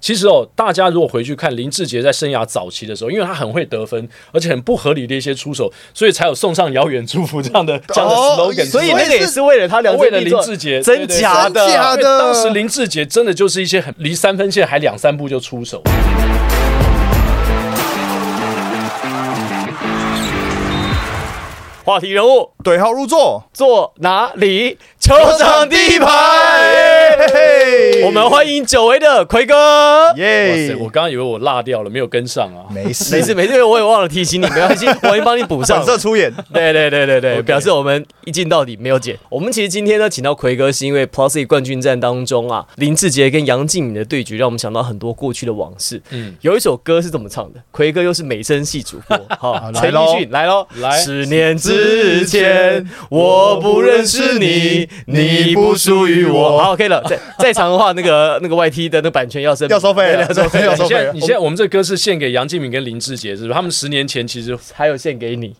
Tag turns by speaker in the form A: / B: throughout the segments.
A: 其实哦，大家如果回去看林志杰在生涯早期的时候，因为他很会得分，而且很不合理的一些出手，所以才有送上遥远祝福这样 的这样的
B: 哦
A: slogan。
C: 所以那个也是为了他量身
A: 为了
C: 定
A: 林
C: 做
A: 志杰，对
C: 真
A: 对
C: 假的
B: 真假
A: 因为
B: 的
A: 当时林志杰真的就是一些很离三分线还两三步就出手。
C: 话题人物
B: 对号入座，
C: 坐哪里？球场第一排。
B: 嘿嘿
C: 我们欢迎久违的奎哥。
A: 哇
B: 耶
A: 塞，我刚刚以为我落掉了，没有跟上啊。
B: 没事
C: 没事没事，因为我也忘了提醒你，没关系，我会帮你补上
B: 反。射出演，
C: 对对对对对，
A: OK
C: 表示我们一镜到底没有解。我们其实今天呢，请到奎哥是因为 Plus E 冠军战当中啊，林志杰跟杨敬敏的对决，让我们想到很多过去的往事。嗯
A: 嗯，
C: 有一首歌是怎么唱的？奎哥又是美声系主播，好，
B: 好
C: 陈
B: 来咯
C: 奕迅来喽，
A: 来
C: 十年之前，我不认识你，你不属于我。好，可以了。再再长的话，那个那个 YT 的那个版权要申
B: 要收费了，要收费，要
A: 你
B: 收
A: 现
B: 费
A: 在，你现在我们这个歌是献给杨敬敏跟林志杰，是不是？他们十年前其实
C: 还有献给你，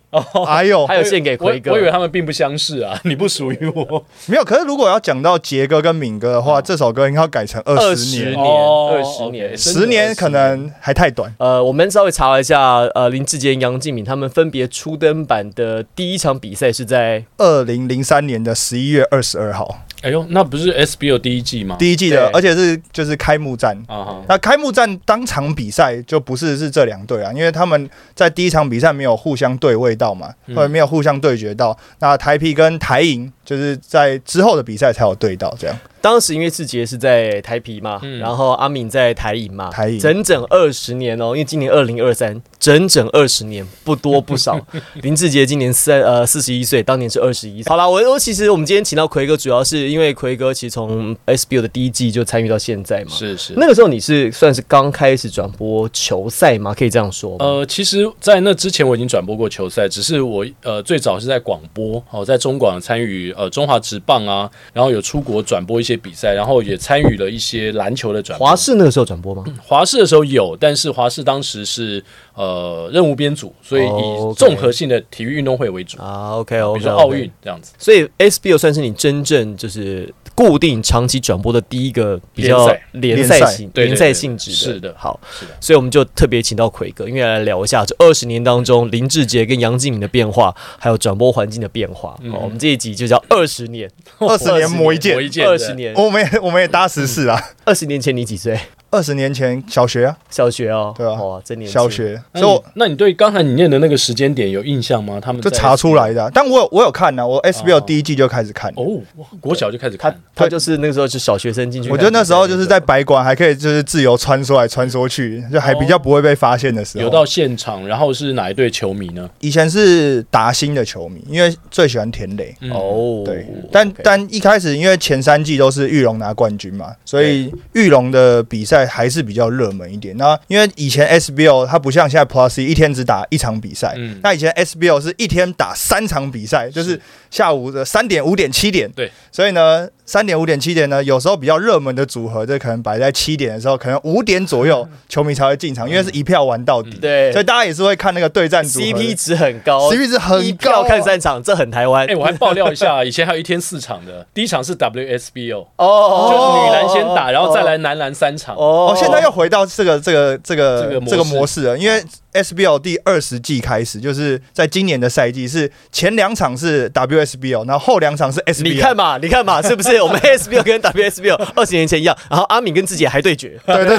B: 哎呦
C: 还，有献给奎哥。
A: 我，我以为他们并不相识啊， 你不属于我。
B: 没有。可是如果要讲到杰哥跟敏哥的话，这首歌应该要改成二十
C: 20
B: 年，
C: 年
A: 哦
C: 20
A: OK，
C: 年
A: 真的
B: 十
A: 20
B: 年可能还太短。
C: 呃，我们稍微查了一下，呃，林志杰、杨敬敏他们分别初登板的第一场比赛是在
B: 二零零三年的十一月二十二号，
A: 哎呦，那不是 SBO 第一季吗？
B: 第一季的
C: 对，
B: 而且是就是开幕战。
A: 啊哈，
B: 那开幕战当场比赛就不是是这两队啊，因为他们在第一场比赛没有互相对位到嘛，
A: 嗯
B: 或者没有互相对决到。那台啤跟台银就是在之后的比赛才有对到，这样
C: 当时因为志杰是在台啤嘛，
A: 嗯
C: 然后阿敏在台银嘛，
B: 台银
C: 整整二十年哦，因为今年二零二三，整整二十年，不多 不少。林志杰今年三呃四十一岁，当年是二十一。好啦，我我其实我们今天请到奎哥，主要是因为奎哥其实从 SBO 的第一季就参与到现在嘛。
A: 是是。
C: 那个时候你是算是刚开始转播球赛吗？可以这样说吗？
A: 呃，其实，在那之前我已经转播过球赛，只是我呃最早是在广播，哦，在中广参与呃中华职棒啊，然后有出国转播一些比赛，然后也参与了一些篮球的转播。
C: 华视那个时候转播吗？
A: 华视的时候有，但是华视当时是呃任务编组，所以
C: 哦
A: 以
C: ，OK
A: 综合性的体育运动会为主，
C: 啊，OK OK，
A: 比如说奥运，这样子。
C: 所以 SBO 算是你真正就是固定长期转播的第一个比较
A: 联赛
C: 联赛性
A: 联赛对对
C: 联赛性质
A: 对是的
C: 好，
A: 是的
C: 所以我们就特别请到奎哥，因为来聊一下这二十年当中林志杰跟杨敬敏的变化，还有转播环境的变化。哦，我们这一集就叫二十年，
B: 二十年磨
A: 磨
B: 一剑
A: 一。剑
C: 二十年，
B: 我们也我们也搭十四
A: 嗯
B: 啊，
C: 二十年前你几岁？
B: 二十年前小学啊，
C: 小学哦，
B: 对啊
C: 哇，真年轻
B: 小。学，
A: 那
B: 所以
A: 你
B: 我
A: 那你对刚才你念的那个时间点有印象吗？他们
B: 就
A: 在
B: 查出来的啊。但我有我有看呢，我 SBL 第一季就开始看。
A: 哦，哇国小就开始
C: 他
A: 看，
C: 他就是那个时候是小学生进去看
B: 我
C: 比
B: 觉
C: 赛
B: 得
C: 个时
B: 那时
C: 候，
B: 候就是在白馆还可以就是自由穿梭来穿梭去，就还比较不会被发现的时
A: 哦有
B: 候。
A: 到现场，然后是哪一队球迷呢？
B: 以前是达兴的球迷，因为最喜欢田磊。
A: 嗯
C: 哦，
B: 对，但
C: OK
B: 但一开始因为前三季都是玉龙拿冠军嘛，所以玉龙的比赛还是比较热门一点。那因为以前 SBL 它不像现在 Plus 一天只打一场比赛，
A: 嗯
B: 那以前 SBL 是一天打三场比赛，就是下午的三点、五点、七点。
A: 对，
B: 所以呢，三点、五点、七点呢，有时候比较热门的组合，这可能摆在七点的时候，可能五点左 右球迷才会进场，因为是一票玩到底，
C: 嗯对
B: 所以大家也是会看那个对战组合的。
C: CP 值很高
B: CP 值
C: 一
B: 很
C: 票
B: 高、啊
C: 看三场，这很台湾。
A: 哎、我还爆料一下，以前还有一天四场的，第一场是 WSBO，、
C: 哦，
A: 就女篮先打，然后再来男篮三场。
C: 哦
B: 哦，现在又回到这个这个这
A: 这个
B: 个
A: 模式
B: 这个模式了，因为 SBL 第二十季开始，就是在今年的赛季是前两场是 WSBL，然后后两场是 SBL。
C: 你看嘛，你看嘛，是 不是？我们 SBL 跟 WSBL 二十年前一样，然后阿敏跟自己还对决，
B: 对对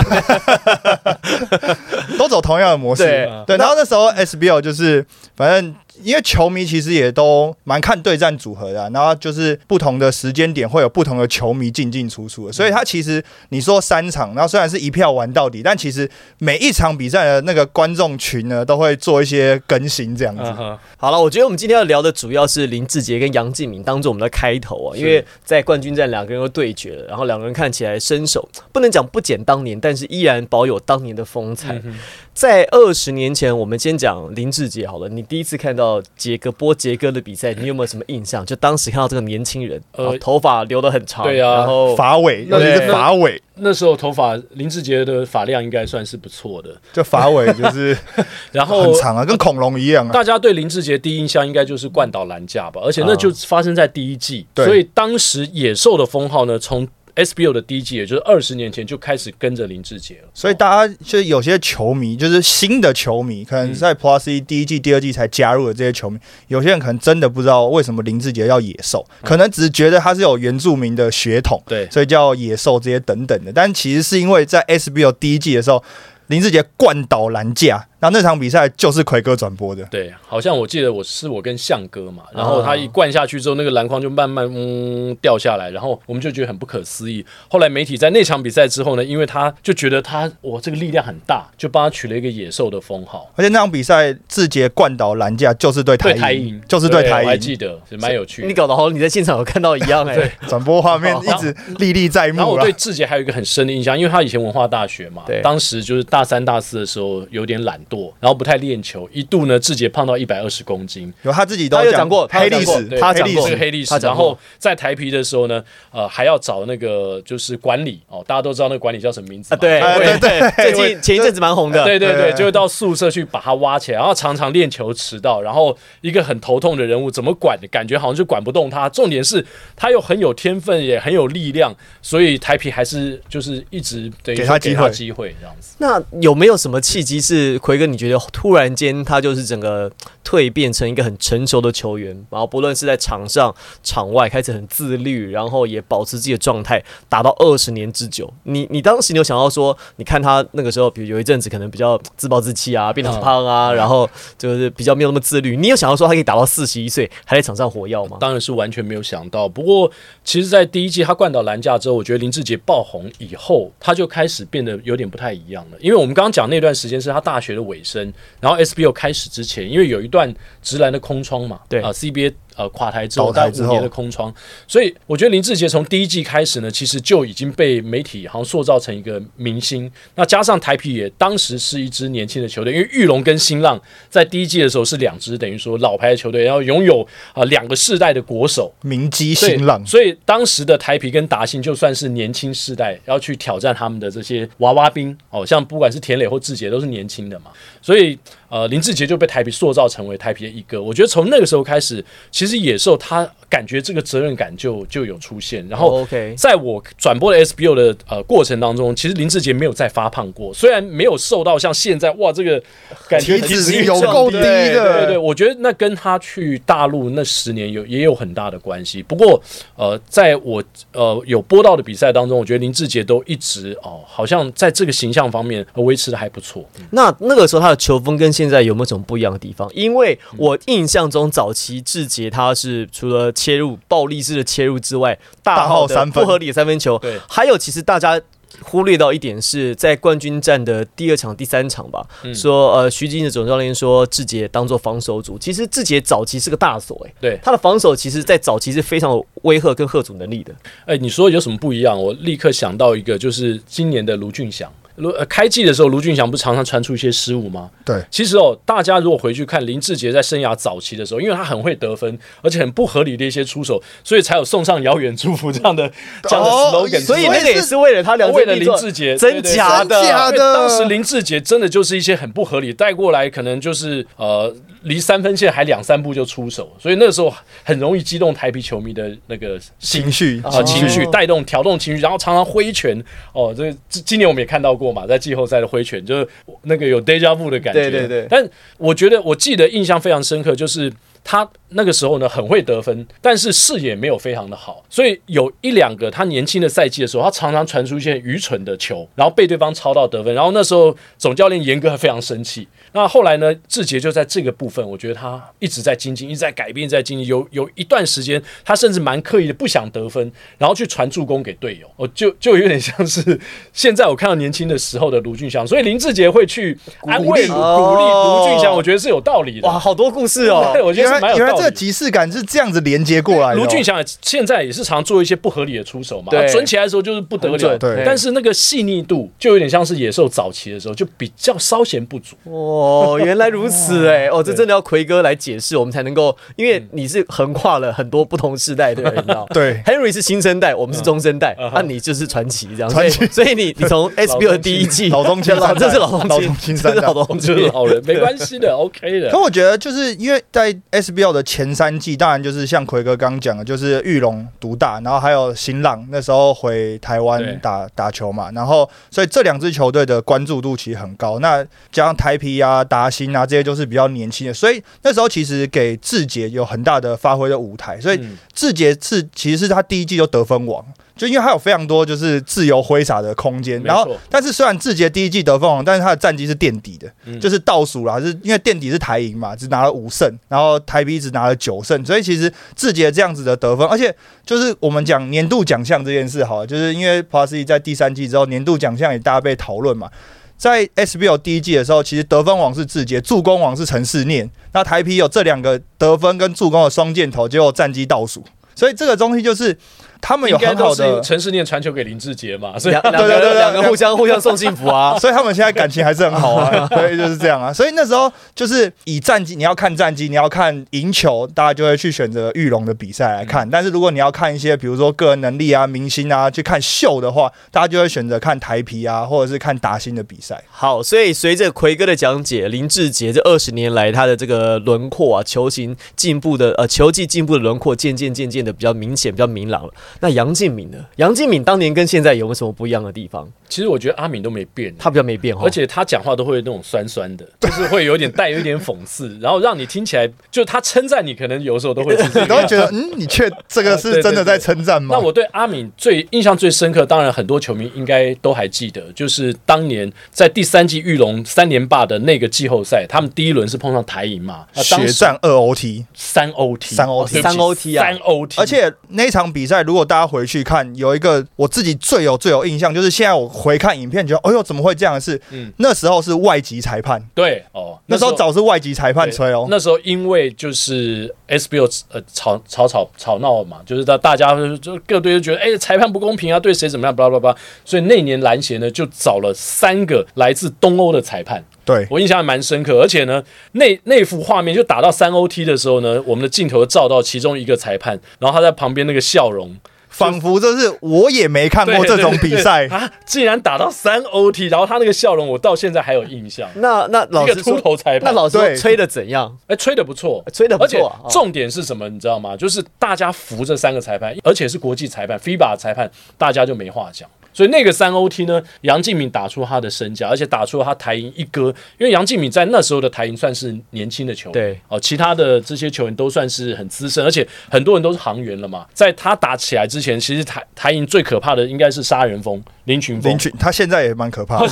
B: 对，都走同样的模式。
C: 对
B: 对，然后那时候 SBL 就是反正。因为球迷其实也都蛮看对战组合的啊、然后就是不同的时间点会有不同的球迷进进出出的，所以他其实你说三场，然后虽然是一票玩到底，但其实每一场比赛的那个观众群呢，都会做一些更新这样子。
A: 嗯哼，
C: 好了，我觉得我们今天要聊的主要是林志杰跟杨敬敏当做我们的开头啊，因为在冠军战两个人都对决了，然后两个人看起来身手不能讲不减当年，但是依然保有当年的风采。
A: 嗯哎
C: 在二十年前，我们先讲林志杰好了，你第一次看到杰哥播杰哥的比赛，你有没有什么印象？就当时看到这个年轻人，
A: 呃
C: 呃，头发留得很长，
A: 对啊
C: 然后
B: 法尾，
A: 那
B: 尤其
A: 对
B: 是法尾，
A: 那时候头发林志杰的发量应该算是不错的，
B: 就法尾就是
A: 然后
B: 很。长啊，跟恐龙一样啊。
A: 大家对林志杰第一印象应该就是灌倒篮架吧，而且那就发生在第一季，
B: 嗯对
A: 所以当时野兽的封号呢，从 SBO 的第一季，也就是二十年前就开始跟着林志杰了。
B: 所以大家就有些球迷，就是新的球迷，可能在 Plus 一第一季、第二季才加入的这些球迷，有些人可能真的不知道为什么林志杰叫野兽，可能只觉得他是有原住民的血统，
A: 对
B: 所以叫野兽这些等等的。但其实是因为在 SBL 第一季的时候，林志杰灌倒篮架，然后那场比赛就是奎哥转播的。
A: 对，好像我记得我是我跟向哥嘛，然后他
B: 哦
A: 一灌下去之后，那个篮筐就慢慢嗯掉下来，然后我们就觉得很不可思议。后来媒体在那场比赛之后呢，因为他就觉得他我这个力量很大，就帮他取了一个野兽的封号。
B: 而且那场比赛，志杰灌倒篮架就是对
A: 对
B: 台
A: 台
B: 银
A: 银，，
B: 就是对台
A: 我还
B: 银。
A: 记得，是蛮有趣
C: 你
A: 的。
C: 搞得好像你在现场有看到一样哎、
B: 转播画面一直历历在
A: 哦然后我
B: 目啊了
A: 对。志杰还有一个很深的印象，因为他以前文化大学嘛
C: 对，
A: 当时就是大三大四的时候有点懒惰，然后不太练球，一度呢志杰胖到一百二十公斤，
B: 有他自己
C: 他
B: 都
C: 有讲过他
B: 黑
C: 有
B: 历
C: 讲过
B: 史，
A: 对
B: 他
A: 黑
B: 黑
A: 历史
B: 历史
A: 这个黑历史
C: 他。讲
A: 然
C: 过
A: 后在台皮的时候呢，呃，还要找那个就是管理哦，大家都知道那个管理叫什么名字
C: 啊，
A: 嘛
C: 对
B: 哎对
C: 对
B: 对
C: 最近前一阵子蛮红的，
A: 对对
B: 对
A: 对，就会到宿舍去把他挖起来，然后常常练球迟到，然后一个很头痛的人物，怎么管，感觉好像就管不动他。重点是他又很有天分，也很有力量，所以台皮还是就是一直等于
B: 给
A: 说
B: 他
A: 给
B: 机
A: 他
B: 会
A: 机会这样子。
C: 那有没有什么契机是奎哥？你觉得突然间他就是整个蜕变成一个很成熟的球员，然后不论是在场上、场外开始很自律，然后也保持自己的状态，打到二十年之久。你你当时你有想到说，你看他那个时候，比如有一阵子可能比较自暴自弃啊，变得很胖啊，然后就是比较没有那么自律。你有想到说他可以打到四十一岁还在场上火药吗？
A: 当然是完全没有想到。不过，其实，在第一季他灌倒篮架之后，我觉得林志杰爆红以后，他就开始变得有点不太一样了。因为我们刚刚讲那段时间是他大学的尾声，然后 SBO 开始之前，因为有一段直男的空窗嘛，
C: 对
A: 啊、c b a 呃垮台之后，
B: 倒台
A: 大
B: 之
A: 概
B: 后
A: 五年的空窗，所以我觉得林志杰从第一季开始呢，其实就已经被媒体好像塑造成一个明星。那加上台皮也当时是一支年轻的球队，因为玉龙跟新浪在第一季的时候是两支等于说老牌的球队，然后拥有啊两、个世代的国手，
B: 明基
A: 对
B: 新浪，
A: 所以当时的台皮跟达信就算是年轻世代，要去挑战他们的这些娃娃兵哦，像不管是田磊或志杰都是年轻的嘛，所以呃林志杰就被台皮塑造成为台皮的一哥。我觉得从那个时候开始，其实野兽他感觉这个责任感就就有出现，然后
C: OK
A: 在我转播的 SBO 的呃过程当中，其实林志杰没有再发胖过，虽然没有瘦到像现在哇这个感觉
B: 体脂
A: 脂率
B: 有够低
A: 降
B: 的
A: 对对对，我觉得那跟他去大陆那十年有也有很大的关系。不过，呃，在我呃有播到的比赛当中，我觉得林志杰都一直哦，好像在这个形象方面呃维持的还不错。
C: 那那个时候他的球风跟现在有没有什么不一样的地方？因为我印象中早期志杰他是除了切入暴力式的切入之外，大号的
B: 大号三分
C: 不合理的三分球
A: 对，
C: 还有其实大家。忽略到一点是在冠军战的第二场、第三场吧，说呃，徐静的总教练说志杰当做防守组，其实志杰早期是个大手、欸，
A: 对
C: 他的防守其实在早期是非常有威吓跟吓阻能力的。
A: 哎，你说有什么不一样？我立刻想到一个，就是今年的卢俊祥。卢呃，开季的时候，卢俊祥不是常常传出一些失误吗？
B: 对，
A: 其实哦，大家如果回去看林志杰在生涯早期的时候，因为他很会得分，而且很不合理的一些出手，所以才有送上遥远祝福这样 的这样的
B: 哦
A: slogan。
C: 所
B: 所
C: 以
B: 以
C: 那个也
B: 是
C: 是为了他量身
A: 为了
C: 定做
A: 林志杰
C: 真假的，
B: 真假
A: 因为
B: 的
A: 当时林志杰真的就是一些很不合理，带过来可能就是呃离三分线还两三步就出手，所以那时候很容易激动台皮球迷的那个心
B: 情绪
A: 啊、情绪
C: 哦
A: 带动调动情绪，然后常常挥拳哦，这这今年我们也看到过嘛，在季后赛的挥拳就是那个有 deja vu 的感觉。
C: 对对对
A: 但我觉得我记得印象非常深刻，就是他那个时候呢很会得分，但是视野没有非常的好，所以有一两个他年轻的赛季的时候，他常常传出一些愚蠢的球，然后被对方抄到得分，然后那时候总教练严格非常生气。那后来呢，志杰就在这个部分，我觉得他一直在精进，一直在改变，一直在精进。有有一段时间，他甚至蛮刻意的不想得分，然后去传助攻给队友，哦，就就有点像是现在我看到年轻的时候的卢俊祥，所以林志杰会去安慰
B: 鼓
A: 鼓励
B: 励
A: 卢俊祥，
C: 哦
A: 我觉得是有道理的。
C: 哇，好多故事哦。
A: 对，我觉得
B: 原
A: 是
B: 来
A: 蛮有
B: 原来
A: 道
B: 这个
A: 理的。
B: 即视感是这样子连接过来的哦。
A: 卢俊祥也现在也是常做一些不合理的出手嘛，
C: 对
A: 准起来的时候就是不得
C: 很
A: 了，
C: 准
B: 对。
A: 但是那个细腻度就有点像是野兽早期的时候，就比较稍显不足。
C: 哦，原来如此哎、哦，这真的要奎哥来解释，我们才能够，因为你是横跨了很多不同世代的人，你知道
B: 嗯对嗯
C: Henry 是新生代，我们是中生代，那、啊、你就是传奇这样，所以所以你你 从 SBL 第一季
B: 老中青三代
C: 这是老中
B: 老中青三代
C: 这是老 中
A: 就是
C: 青，
A: 老人没关系的，OK 的
B: 可。我觉得，就是因为在 SBL 的前三季，当然就是像奎哥刚刚讲的，就是玉龙独大，然后还有新浪那时候回台
A: 对
B: 湾打打球嘛，然后所以这两支球队的关注度其实很高。那加上台皮啊、达兴啊这些就是比较年轻的，所以那时候其实给志杰有很大的发挥的舞台。所以
A: 嗯
B: 志杰是其实是他第一季就得分王，就因为他有非常多就是自由挥洒的空间。
A: 没
B: 然后
A: 错，
B: 但是虽然志杰第一季得分王，但是他的战绩是垫底的。
A: 嗯
B: 就是倒数啦，是因为垫底是台银嘛，只拿了五胜，然后台啤只拿了九胜，所以其实志杰这样子的得分，而且就是我们讲年度奖项这件事好了，就是因为 Plus E 在第三季之后，年度奖项也大家被讨论嘛。在 SBL 第一季的时候，其实得分王是志杰，助攻王是陈世念，那台啤有这两个得分跟助攻的双箭头，结果战绩倒数，所以这个东西就是他们有
A: 应该
B: 很
A: 都
B: 好
A: 是
B: 的，
A: 陈世念传球给林志杰嘛，所以
C: 两两
B: 对对对对。
C: 个两个互相互相送幸福啊
B: 所以他们现在感情还是很好 啊，对，就是这样啊。所以那时候就是以战绩，你要看战绩，你要看赢球，大家就会去选择玉龙的比赛来看。但是如果你要看一些，比如说个人能力啊、明星啊，去看秀的话，大家就会选择看台皮啊，或者是看达兴的比 赛。
C: 好，所以随着奎哥的讲解，林志杰这二十年来他的这个轮廓啊，球形进步的呃球技进步的轮廓，渐渐渐渐的比较明显，比较明朗了。那杨敬敏呢？杨敬敏当年跟现在有没有什么不一样的地方？
A: 其实我觉得阿敏都没变，
C: 他比较没变
B: 哦
C: 哈，
A: 而且他讲话都会有那种酸酸的，就是会有点带有一点讽刺，然后让你听起来就是他称赞你，可能有时候都会是这
B: 你都会
A: 样。
B: 觉得，嗯，你确这个是真的在称赞吗？
A: 那啊我对阿敏最印象最深刻，当然很多球迷应该都还记得，就是当年在第三季玉龙三连霸的那个季后赛，他们第一轮是碰上台银嘛，那当
B: 血
A: 时
B: 战二 OT，
A: 啊三 OT，
B: 三 OT
A: 哦对不起
C: 三 OT 啊
A: 三 OT，
B: 而且那一场比赛，如果大家回去看，有一个我自己最有最有印象，就是现在我回看影片，觉得，哎呦，怎么会这样的事？
A: 嗯
B: 那时候是外籍裁判。
A: 对哦，
B: 那时候找是外籍裁判吹哦。
A: 那时候因为就是 SBO 呃吵吵吵吵闹嘛，就是大大家就就各队就觉得哎、裁判不公平啊，对谁怎么样，巴拉巴拉，所以那年篮协呢就找了三个来自东欧的裁判，
B: 对，
A: 我印象还蛮深刻，而且呢那那幅画面就打到三 OT 的时候呢，我们的镜头照到其中一个裁判，然后他在旁边那个笑容，
B: 仿佛就是我也没看过
A: 对
B: 这种比赛
A: 对对。对啊，竟然打到三 OT，然后他那个笑容我到现在还有印象，
C: 那那老
A: 一个
C: 师
A: 秃
C: 说，
A: 头裁
C: 那
A: 判，
C: 老师说
B: 对
C: 吹的怎样？
A: 哎吹的不错，
C: 吹的不
A: 而且
C: 错啊。哦
A: 重点是什么，你知道吗？就是大家服这三个裁判，而且是国际裁判 FIBA 裁判，大家就没话讲。所以那个三 OT 呢，杨敬敏打出他的身价，而且打出了他台银一哥，因为杨敬敏在那时候的台银算是年轻的球员，
C: 对
A: 哦，其他的这些球员都算是很资深，而且很多人都是航员了嘛。在他打起来之前，其实台台银最可怕的应该是杀人蜂林群峰
B: 林，群他现在也蛮可怕的，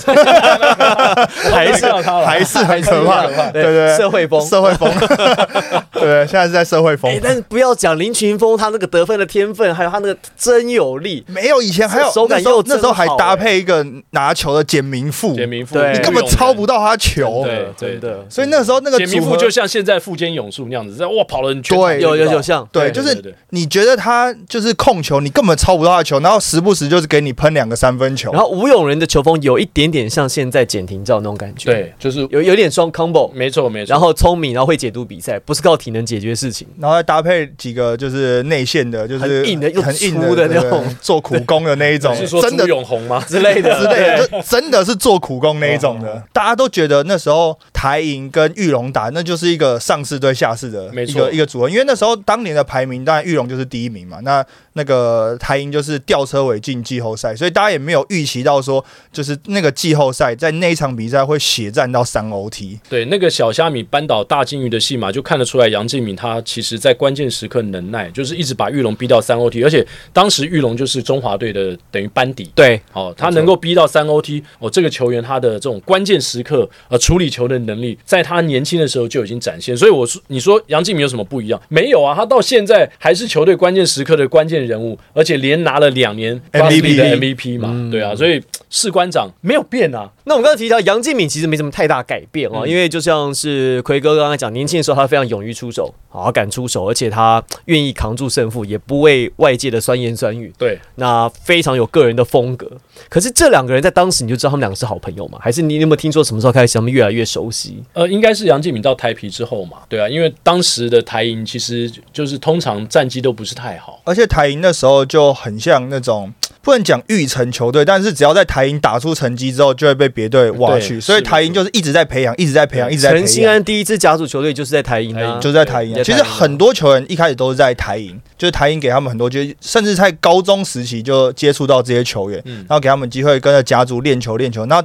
A: 还是要他了，
B: 还是很可怕
A: 还是很可怕，
B: 对对，
C: 社会风
B: 社会风， 对，现在是在社会风
C: 哎、，但是不要讲林群峰他那个得分的天分，还有他那个真有力，
B: 没有以前还有
C: 手
B: 那
C: 感
B: 时候
C: 又真
B: 那时候还
C: 好哎
B: 搭配一个拿球的简明富，
A: 简明富，哎
C: 对
B: 你根本抄不到他球，
A: 对
C: 真的。
B: 所以那时候那个
A: 简明
B: 组
A: 富
B: 合
A: 就像现在富坚勇树那样子，在哇跑了很全场
B: 对
A: 都
C: 有
A: 遇
C: 有
A: 到
C: 有像，
A: 对
B: 对，就
A: 对对
B: 是你觉得他就是控球，你根本抄不到他球，然后时不时就是给你喷两个三分球
C: 然，后吴永仁的球风有一点点像现在简廷照那种感觉，，
A: 对，就是
C: 有有点双 combo，
B: 嗯
A: 没错没错。
C: 然后聪明，然后会解读比赛，不是靠体能解决事情。
B: 然后再搭配几个就是内线的，就是
C: 很硬的又
B: 很硬
C: 粗的
B: 对
C: 那种
B: 做苦工的那一 种，
A: 是说
B: 真
A: 朱
B: 的
A: 永红吗？
C: 之类的
B: 之类的，就真的是做苦工那一种
A: 哦
B: 的。大家都觉得那时候台银跟玉龙打，那就是一个上市对下市的
A: 没
B: 一
A: 错
B: 个一个组合，因为那时候当年的排名，当然玉龙就是第一名嘛，那那个台银就是吊车尾进季后赛，所以大家也没有预期到说，就是那个季后赛在那一场比赛会血战到三 OT。
A: 对，那个小虾米扳倒大金鱼的戏码，就看得出来杨敬敏他其实在关键时刻能耐，就是一直把玉龙逼到三 OT，而且当时玉龙就是中华队的等于班底。
C: 对，
A: 哦，他能够逼到三 OT，哦，这个球员他的这种关键时刻呃处理球的能力，在他年轻的时候就已经展现。所以我说，你说杨敬敏有什么不一样？没有啊，他到现在还是球队关键时刻的关键人物，而且连拿了两年
B: MVP
A: 的 MVP 嘛，对啊，所以士官长没有变啊，
C: 那我们刚刚提到杨敬敏其实没什么太大改变
B: 嗯
C: 哦，因为就像是奎哥刚刚讲，年轻的时候他非常勇于出手，好敢出手，而且他愿意扛住胜负，也不畏外界的酸言酸语，
A: 对。
C: 那非常有个人的风格。可是这两个人在当时你就知道他们两个是好朋友吗？还是你有没有听说什么时候开始他们越来越熟悉？
A: 呃，应该是杨敬敏到台皮之后嘛，对啊，因为当时的台银其实就是通常战绩都不是太好，
B: 而且台银那时候就很像那种。不能讲育成球队，但是只要在台银打出成绩之后，就会被别队挖去。
A: 对
B: 所以
A: 是
B: 台银就是一直在培养，一直在培养，一直在培
C: 陈兴
B: 养。
C: 安第一支甲组球队就是在台银
A: 台
C: 啊
A: 银，
B: 就是在台银啊、
C: 对
B: 其
C: 在
B: 实
C: 台银啊
B: 很多球员一开始都是在台银，就是台银给他们很多机会，甚至在高中时期就接触到这些球员，
A: 嗯
B: 然，后给他们机会跟着家族练球练球。那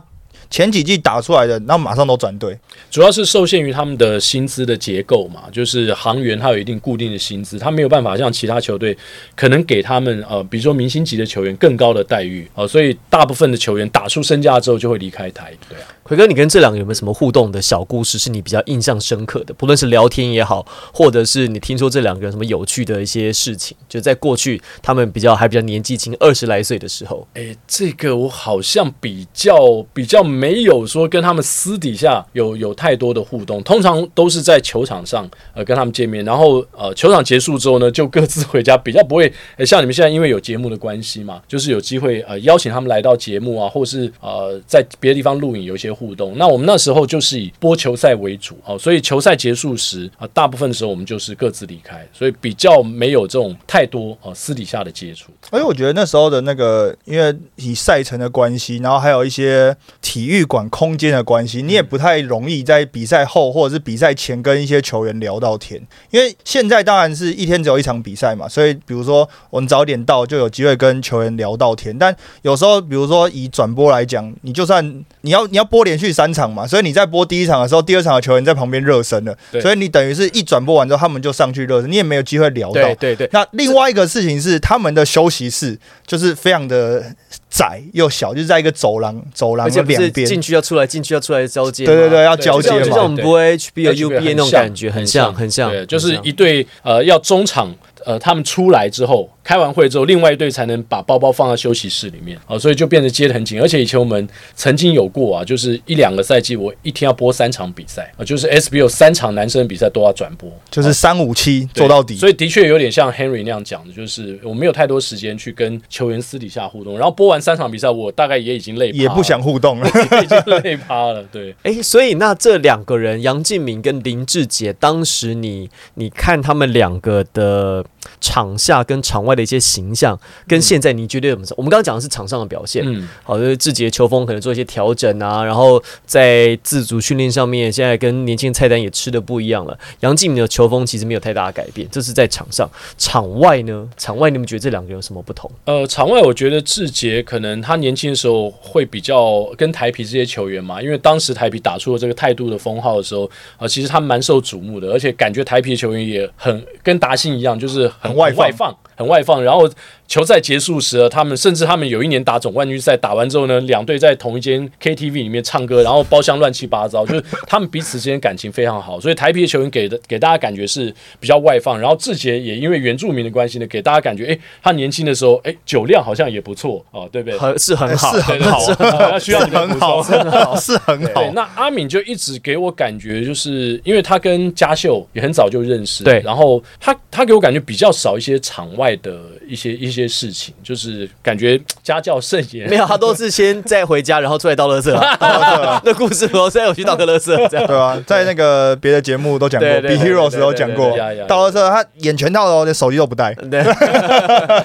B: 前几季打出来的，那马上都转队。
A: 主要是受限于他们的薪资的结构嘛，就是航员他有一定固定的薪资，他没有办法像其他球队可能给他们呃，比如说明星级的球员更高的待遇哦、呃所以大部分的球员打出身价之后就会离开台，对啊，
C: 奎哥，你跟这两个有没有什么互动的小故事，是你比较印象深刻的？不论是聊天也好，或者是你听说这两个人什么有趣的一些事情，就在过去他们比较还比较年纪轻，二十来岁的时候，
A: 诶，哎这个我好像比较比较没有说跟他们私底下有有太多的互动，通常都是在球场上呃跟他们见面，然后呃球场结束之后呢，就各自回家，比较不会、诶像你们现在因为有节目的关系嘛，就是有机会呃邀请他们来到节目啊，或是呃在别的地方录影有一些互动。那我们那时候就是以播球赛为主哦，所以球赛结束时啊、大部分的时候我们就是各自离开，所以比较没有这种太多哦、呃私底下的接触。
C: 嗯
B: 而哎且我觉得那时候的那个，因为以赛程的关系，然后还有一些体育馆空间的关
C: 嗯
B: 系，你也不太容易在比赛后或者是比赛前跟一些球员聊到天。因为现在当然是一天只有一场比赛嘛，所以比如说我们早点到就有机会跟球员聊到天。但有时候，比如说以转播来讲，你就算你要你要播连续三场嘛，所以你在播第一场的时候，第二场的球员在旁边热身了，
A: 对
B: 所以你等于是一转播完之后，他们就上去热身，你也没有机会聊到。
C: 对对，
B: 那另外一个事情是，他们的休息室就是非常的窄又小，就是在一个走廊走廊
C: 而且
B: 的
C: 不
B: 两
C: 是
B: 边。
C: 进去要出来，进去要出来交接吗，
B: 对对对，要
A: 对
B: 交
C: 就
B: 接
C: 像
A: 了
C: 就
B: 嘛
C: 像我。们
A: 对
C: 播 HBO、
A: HBO 很
C: UBA 那种
A: 像
C: 感觉，很
A: 很
C: 像，
A: 像
C: 很像，
A: 对，
C: 很
A: 就是
C: 像
A: 一队呃要中场呃他们出来之后，开完会之后，另外一队才能把包包放到休息室里面啊、所以就变得接得很紧。而且以前我们曾经有过啊，就是一两个赛季我一天要播三场比赛啊、就是 SBO 三场男生比赛都要转播，
C: 哦
B: 就是三五七
A: 对
B: 做到底，
A: 所以的确有点像 Henry 那样讲的，就是我没有太多时间去跟球员私底下互动。然后播完三场比赛，我大概也已经累趴了，
B: 也不想互动 了。
C: 哦
A: 已经累趴了，对。
C: 哎，所以那这两个人，杨敬敏跟林志杰，当时你你看他们两个的场下跟场外的一些形象，跟现在你觉得有什么差？我们刚刚讲的是场上的表现，
A: 嗯，
C: 好，就是志杰球风可能做一些调整啊，然后在自主训练上面，现在跟年轻人菜单也吃的不一样了。杨敬敏的球风其实没有太大的改变，这是在场上，场外呢？场外你们觉得这两个有什么不同？
A: 呃，场外我觉得志杰可能他年轻的时候会比较跟台皮这些球员嘛，因为当时台皮打出了这个态度的封号的时候，呃，其实他蛮受瞩目的，而且感觉台皮的球员也很跟达信一样，就是很
B: 很外放
A: 很放，很外放。然后球赛结束时，他们甚至他们有一年打总冠军赛，打完之后呢，两队在同一间 KTV 里面唱歌，然后包厢乱七八糟， 就是他们彼此之间感情非常好，所以台皮的球员给的给大家感觉是比较外放。然后志杰也因为原住民的关系呢，给大家感觉，诶，他年轻的时候，诶，酒量好像也不错哦，对不对？
C: 很是很好，
B: 是
A: 对对好，啊那需要你 们补充
B: 很好，。很好，是很
A: 对，
B: 好。
A: 那阿敏就一直给我感觉，就是因为他跟嘉秀也很早就认识，
C: 对
A: 然后他他给我感觉比较少一些场外的一些一些事情，就是感觉家教甚严
C: 没。有，他都是先再回家，然后出来倒垃圾啊、那故事我再我去倒个垃圾，这样。
B: 对啊，在那个别的节目都讲过
C: 对对
B: ，B
C: 对
B: Hero
C: 对对
B: 时候讲过
A: 对对对对，
B: 到了这他演全套的哦，连手机都不带。
C: 对，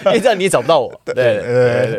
C: 因为这样你也找不到我。对对对对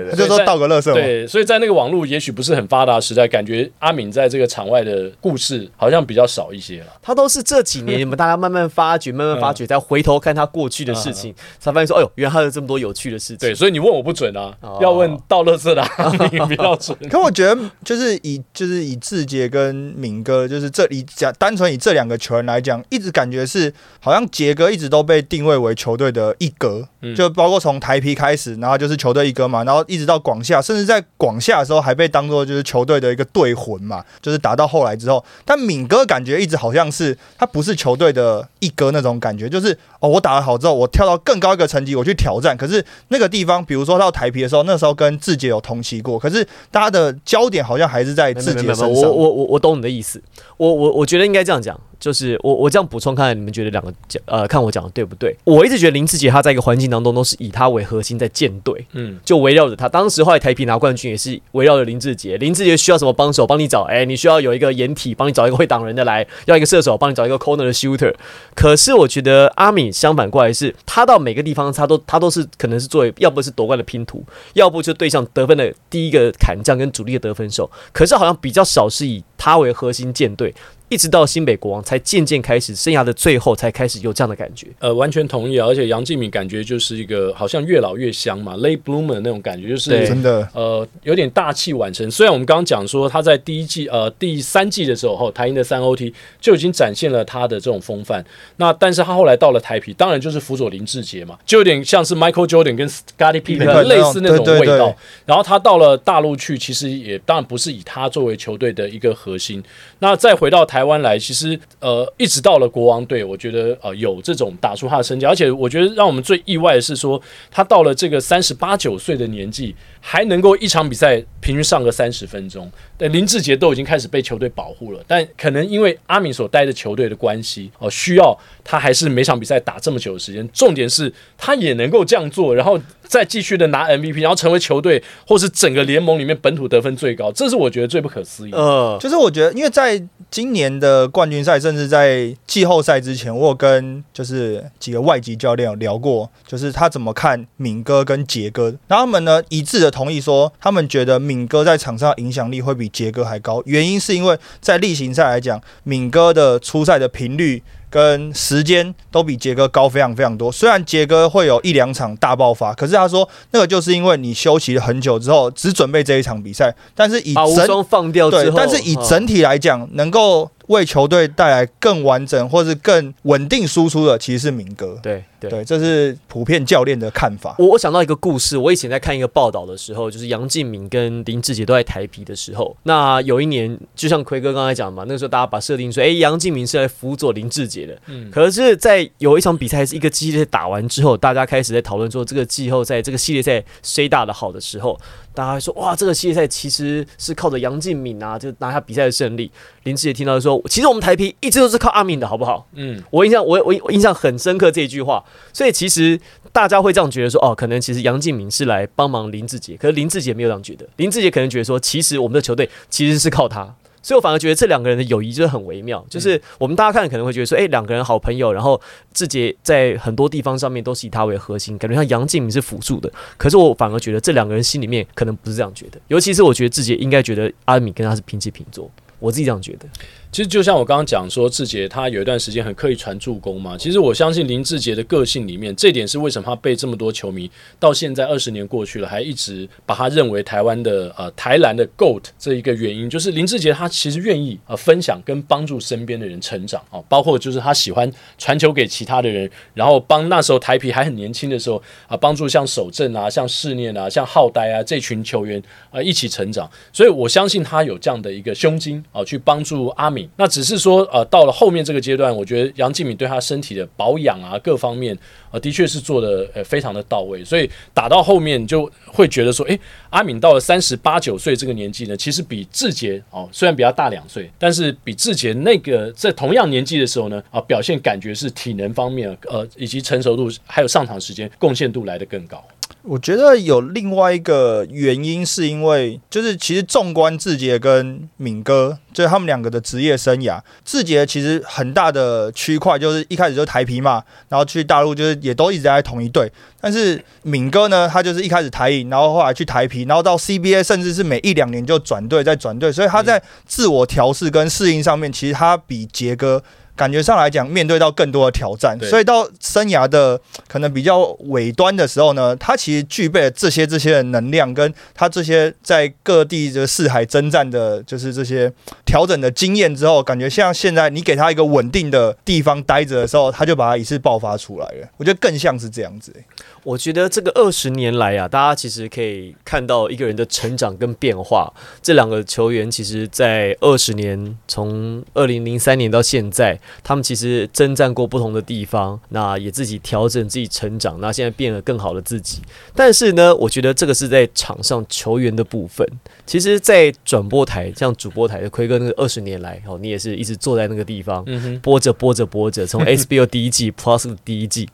B: 呃他就说倒个乐色嘛。
A: 对，所以在那个网络也许不是很发达的时代，感觉阿敏在这个场外的故事好像比较少一些了。
C: 他都是这几年你们大家慢慢发掘，慢慢发掘，再回头看他过去的事情，才发现说，哎呦，原来他有这么多有趣的事情。
A: 对，所以你问我不准啊，
C: 哦
A: 要问到乐色的 阿敏比较准。
B: 可我觉得，就是以就是以志杰跟敏哥，就是这以讲单纯以这两个球员来讲，一直感觉是好像杰哥一直都被定位为球队的一哥，
A: 嗯
B: 就包括从台皮开始，然后就是球队一哥嘛，然后一直到广厦，甚至在广厦的时候还被当做就是球队的一个队魂嘛，就是打到后来之后，但敏哥感觉一直好像是他不是球队的一哥那种感觉，就是哦，我打得好之后，我跳到更高一个层级，我去挑战，可是那个地方，比如说到台皮的时候，那时候跟志杰有同期过，可是大家的焦点好像还是在
C: 没
B: 志
C: 没
B: 杰
C: 没没
B: 身
C: 我
B: 上。
C: 我我我懂你的意思，我我我觉得应该这样讲，就是我我这样补充，看看你们觉得两个讲呃，看我讲的对不对？我一直觉得林志杰他在一个环境当中都是以他为核心在建队，
A: 嗯，
C: 就围绕着他。当时后来台皮拿冠军也是围绕着林志杰，林志杰需要什么帮手，帮你找，哎、你需要有一个掩体，帮你找一个会挡人的来，要一个射手，帮你找一个 corner 的 shooter。可是我觉得阿米相反过来是，他到每个地方他都他都是可能是作为要不是夺冠的拼图，要不就对上得分的第一个砍将跟主力的得分手。可是好像比较少是以他为核心舰队。一直到新北国王才渐渐开始，生涯的最后才开始有这样的感觉。
A: 呃，完全同意啊。而且杨敬敏感觉就是一个好像越老越香嘛，late bloomer 的那种感觉，就是
C: 对
B: 真的，
A: 呃，有点大器晚成。虽然我们刚刚讲说他在第一季呃第三季的时候，吼台银的三 OT 就已经展现了他的这种风范。那但是他后来到了台皮，当然就是辅佐林志杰嘛，就有点像是 Michael Jordan 跟 Scottie Pippen 类似那种
B: 对对
A: 味
B: 对
A: 道。然后他到了大陆去，其实也当然不是以他作为球队的一个核心。那再回到台湾来，其实呃一直到了国王队，我觉得呃有这种打出他的身价，而且我觉得让我们最意外的是说，他到了这个三十八九岁的年纪，还能够一场比赛平均上个三十分钟。但林志杰都已经开始被球队保护了，但可能因为阿敏所带的球队的关系，哦、需要他还是每场比赛打这么久的时间。重点是他也能够这样做，然后再继续的拿 MVP，然后成为球队或是整个联盟里面本土得分最高，这是我觉得最不可思议的。
C: 呃，
B: 就是我觉得，因为在今年的冠军赛，甚至在季后赛之前，我有跟就是几个外籍教练有聊过，就是他怎么看敏哥跟杰哥，然后他们呢一致的同意说，他们觉得敏哥在场上影响力会比杰哥还高，原因是因为在例行赛来讲，敏哥的出赛的频率。跟时间都比杰哥高非常非常多，虽然杰哥会有一两场大爆发，可是他说那个就是因为你休息了很久之后，只准备这一场比赛，但是以
C: 把无
B: 整
C: 双放掉之
B: 对，
C: 后，
B: 但是以
C: 呃
B: 整体来讲，能够为球队带来更完整或是更稳定输出的，其实是明哥。
C: 对对
B: 对，这是普遍教练的看法。
C: 我我想到一个故事，我以前在看一个报道的时候，就是杨敬敏跟林志杰都在台皮的时候，那有一年，就像奎哥刚才讲嘛，那个时候大家把设定说，哎、杨敬敏是来辅佐林志杰的，
A: 嗯，
C: 可是，在有一场比赛还是一个季后赛打完之后，大家开始在讨论说这个季后赛、这个系列赛谁打的好的时候，大家说哇，这个系列赛其实是靠着杨敬敏啊，就拿下比赛的胜利。林志杰听到说，其实我们台皮一直都是靠阿敏的，好不好？
A: 嗯，
C: 我印象我我我印象很深刻这一句话，所以其实大家会这样觉得说，哦，可能其实杨敬敏是来帮忙林志杰，可是林志杰没有这样觉得，林志杰可能觉得说，其实我们的球队其实是靠他。所以我反而觉得这两个人的友谊就是很微妙，就是我们大家看可能会觉得说，哎、两个人好朋友，然后志杰在很多地方上面都是以他为核心，感觉像杨敬敏是辅助的。可是我反而觉得这两个人心里面可能不是这样觉得，尤其是我觉得志杰应该觉得阿米跟他是平起平坐，我自己这样觉得。
A: 其实就像我刚刚讲说，志杰他有一段时间很刻意传助攻嘛。其实我相信林志杰的个性里面，这点是为什么他被这么多球迷到现在二十年过去了，还一直把他认为台湾的呃台篮的 GOAT 这一个原因，就是林志杰他其实愿意呃分享跟帮助身边的人成长哦，包括就是他喜欢传球给其他的人，然后帮那时候台皮还很年轻的时候啊，帮助像守正啊、像世念啊、像浩呆啊这群球员啊一起成长。所以我相信他有这样的一个胸襟啊，去帮助阿敏。那只是说呃，到了后面这个阶段，我觉得杨敬敏对他身体的保养啊各方面啊，的确是做的呃非常的到位。所以打到后面就会觉得说，诶，阿敏到了三十八九岁这个年纪呢，其实比志杰哦虽然比他大两岁，但是比志杰那个在同样年纪的时候呢啊，表现感觉是体能方面呃以及成熟度还有上场时间贡献度来得更高。
B: 我觉得有另外一个原因，是因为就是其实纵观志杰跟敏哥，就是他们两个的职业生涯，志杰其实很大的区块就是一开始就台皮嘛，然后去大陆就是也都一直在同一队，但是敏哥呢，他就是一开始台影，然后后来去台皮，然后到 CBA，甚至是每一两年就转队再转队，所以他在自我调试跟适应上面，其实他比杰哥。感觉上来讲，面对到更多的挑战，
A: 对
B: 所以到生涯的可能比较尾端的时候呢，他其实具备了这些这些的能量，跟他这些在各地的四海征战的，就是这些调整的经验之后，感觉像现在你给他一个稳定的地方待着的时候，他就把它一次爆发出来了。我觉得更像是这样子、
C: 我觉得这个二十年来啊，大家其实可以看到一个人的成长跟变化。这两个球员其实，在二十年，从二零零三年到现在，他们其实征战过不同的地方，那也自己调整、自己成长，那现在变了更好的自己。但是呢，我觉得这个是在场上球员的部分。其实，在转播台，像主播台的奎哥，那个二十年来，哦，你也是一直坐在那个地方，
A: 嗯哼，
C: 播着播着播 着，从 SBO 第一季 Plus 第一季，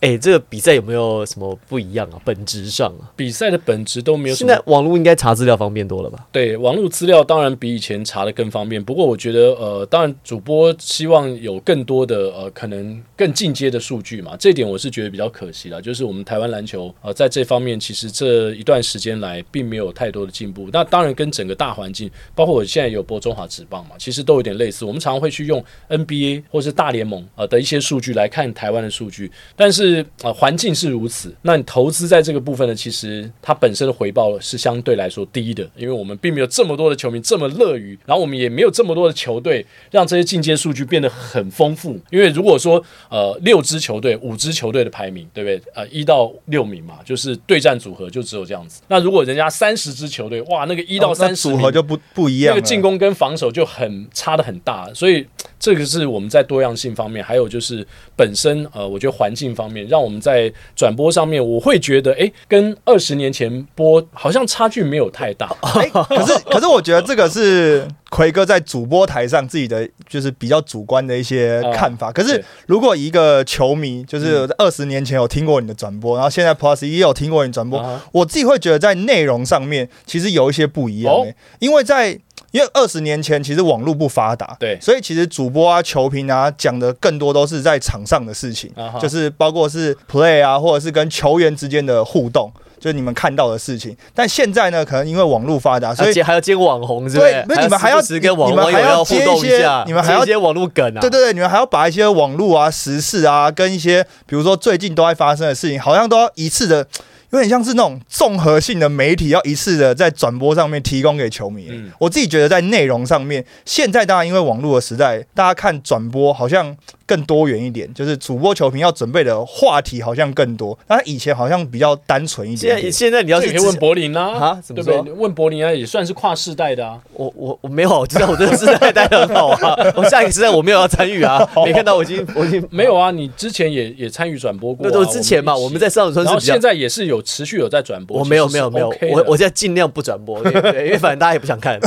C: 哎、这个比赛有没有什么不一样啊？本质上啊，
A: 比赛的本质都没有什
C: 现
A: 么
C: 在网络应该查资料方便多了吧？
A: 对，网络资料当然比以前查的更方便，不过我觉得呃，当然主播希望有更多的呃，可能更进阶的数据嘛，这点我是觉得比较可惜了。就是我们台湾篮球呃，在这方面其实这一段时间来并没有太多的进步。那当然跟整个大环境，包括我现在有播中华职棒嘛，其实都有点类似。我们常常会去用呃 NBA 或是大联盟呃的一些数据来看台湾的数据，但是呃环境是如此，那你投资在这个部分呢，其实它本身的回报是相对来说低的，因为我们并没有这么多的球迷这么乐于，然后我们也没有这么多的球队让这些进阶数据变得很丰富。因为如果说呃六支球队、五支球队的排名，对不对？呃一到六名嘛，就是对战组合就只有这样子。那如果人家三十支球队，哇，那个一到
B: 哦那
A: 三十、
B: 组合就不不一
A: 那
C: 啊
B: 样了。
A: 个进攻跟防守就很差的很大，所以这个是我们在多样性方面，还有就是本身呃，我觉得环境方面，让我们在转播上面，我会觉得哎、诶跟二十年前播好像差距没有太 大。
B: 哎，可是可是我觉得这个是奎哥在主播台上自己的就是比较主观的一些看法。可是
A: 哦对嗯
B: 如果一个球迷，就是二十年前有听过你的转播，然后现在 Plus 也有听过你转播，
A: 啊
B: 我自己会觉得在内容上面其实有一些不一样、
A: 哦
B: 欸因为在。因为二十年前其实网络不发达，
A: 对
B: 所以其实主播啊、球评啊讲的更多都是在场上的事情，
A: 啊哈
B: 就是包括是 play 啊，或者是跟球员之间的互动，就是你们看到的事情。但现在呢，可能因为网络发达，所
C: 而
B: 以
C: 且还要接网红，是不
B: 对
C: 是？
B: 不是你们还要
C: 要时不时跟网
B: 你
C: 络
B: 们
C: 网友
B: 还要
C: 互
B: 接一
C: 动
B: 些
C: 下，
B: 你们还要
C: 接一些网络梗啊。
B: 对对对，你们还要把一些网络啊、时事啊，跟一些比如说最近都在发生的事情，好像都要一次的，有点像是那种综合性的媒体，要一次的在转播上面提供给球迷。
A: 嗯
B: 我自己觉得在内容上面，现在当然因为网络的时代，大家看转播好像更多元一点，就是主播球评要准备的话题好像更多，但以前好像比较单纯一点
C: 现在现在你要
A: 这
C: 是
A: 也可以
C: 只
A: 问柏林啦、
C: 啊怎
A: 对
C: 么
A: 不对
C: 说？
A: 你问柏林啊，也算是跨世代的啊。
C: 我我我没有，我知道我这个时代待得很好啊， 我下一个时代我没有要参与 啊，没看到我已经我已经
A: 没有啊，你之前也也参与转播过、啊。
C: 那都是之前嘛，
A: 一起
C: 我们在上
A: 然
C: 海村
A: 后
C: 是比较
A: 现。在也是有持续有在转播。
C: 我没有
A: 其实
C: 没
A: 是
C: 有没有，
A: OK 的
C: 我我 现在尽量不转播，对对，因为反正大家也不想看。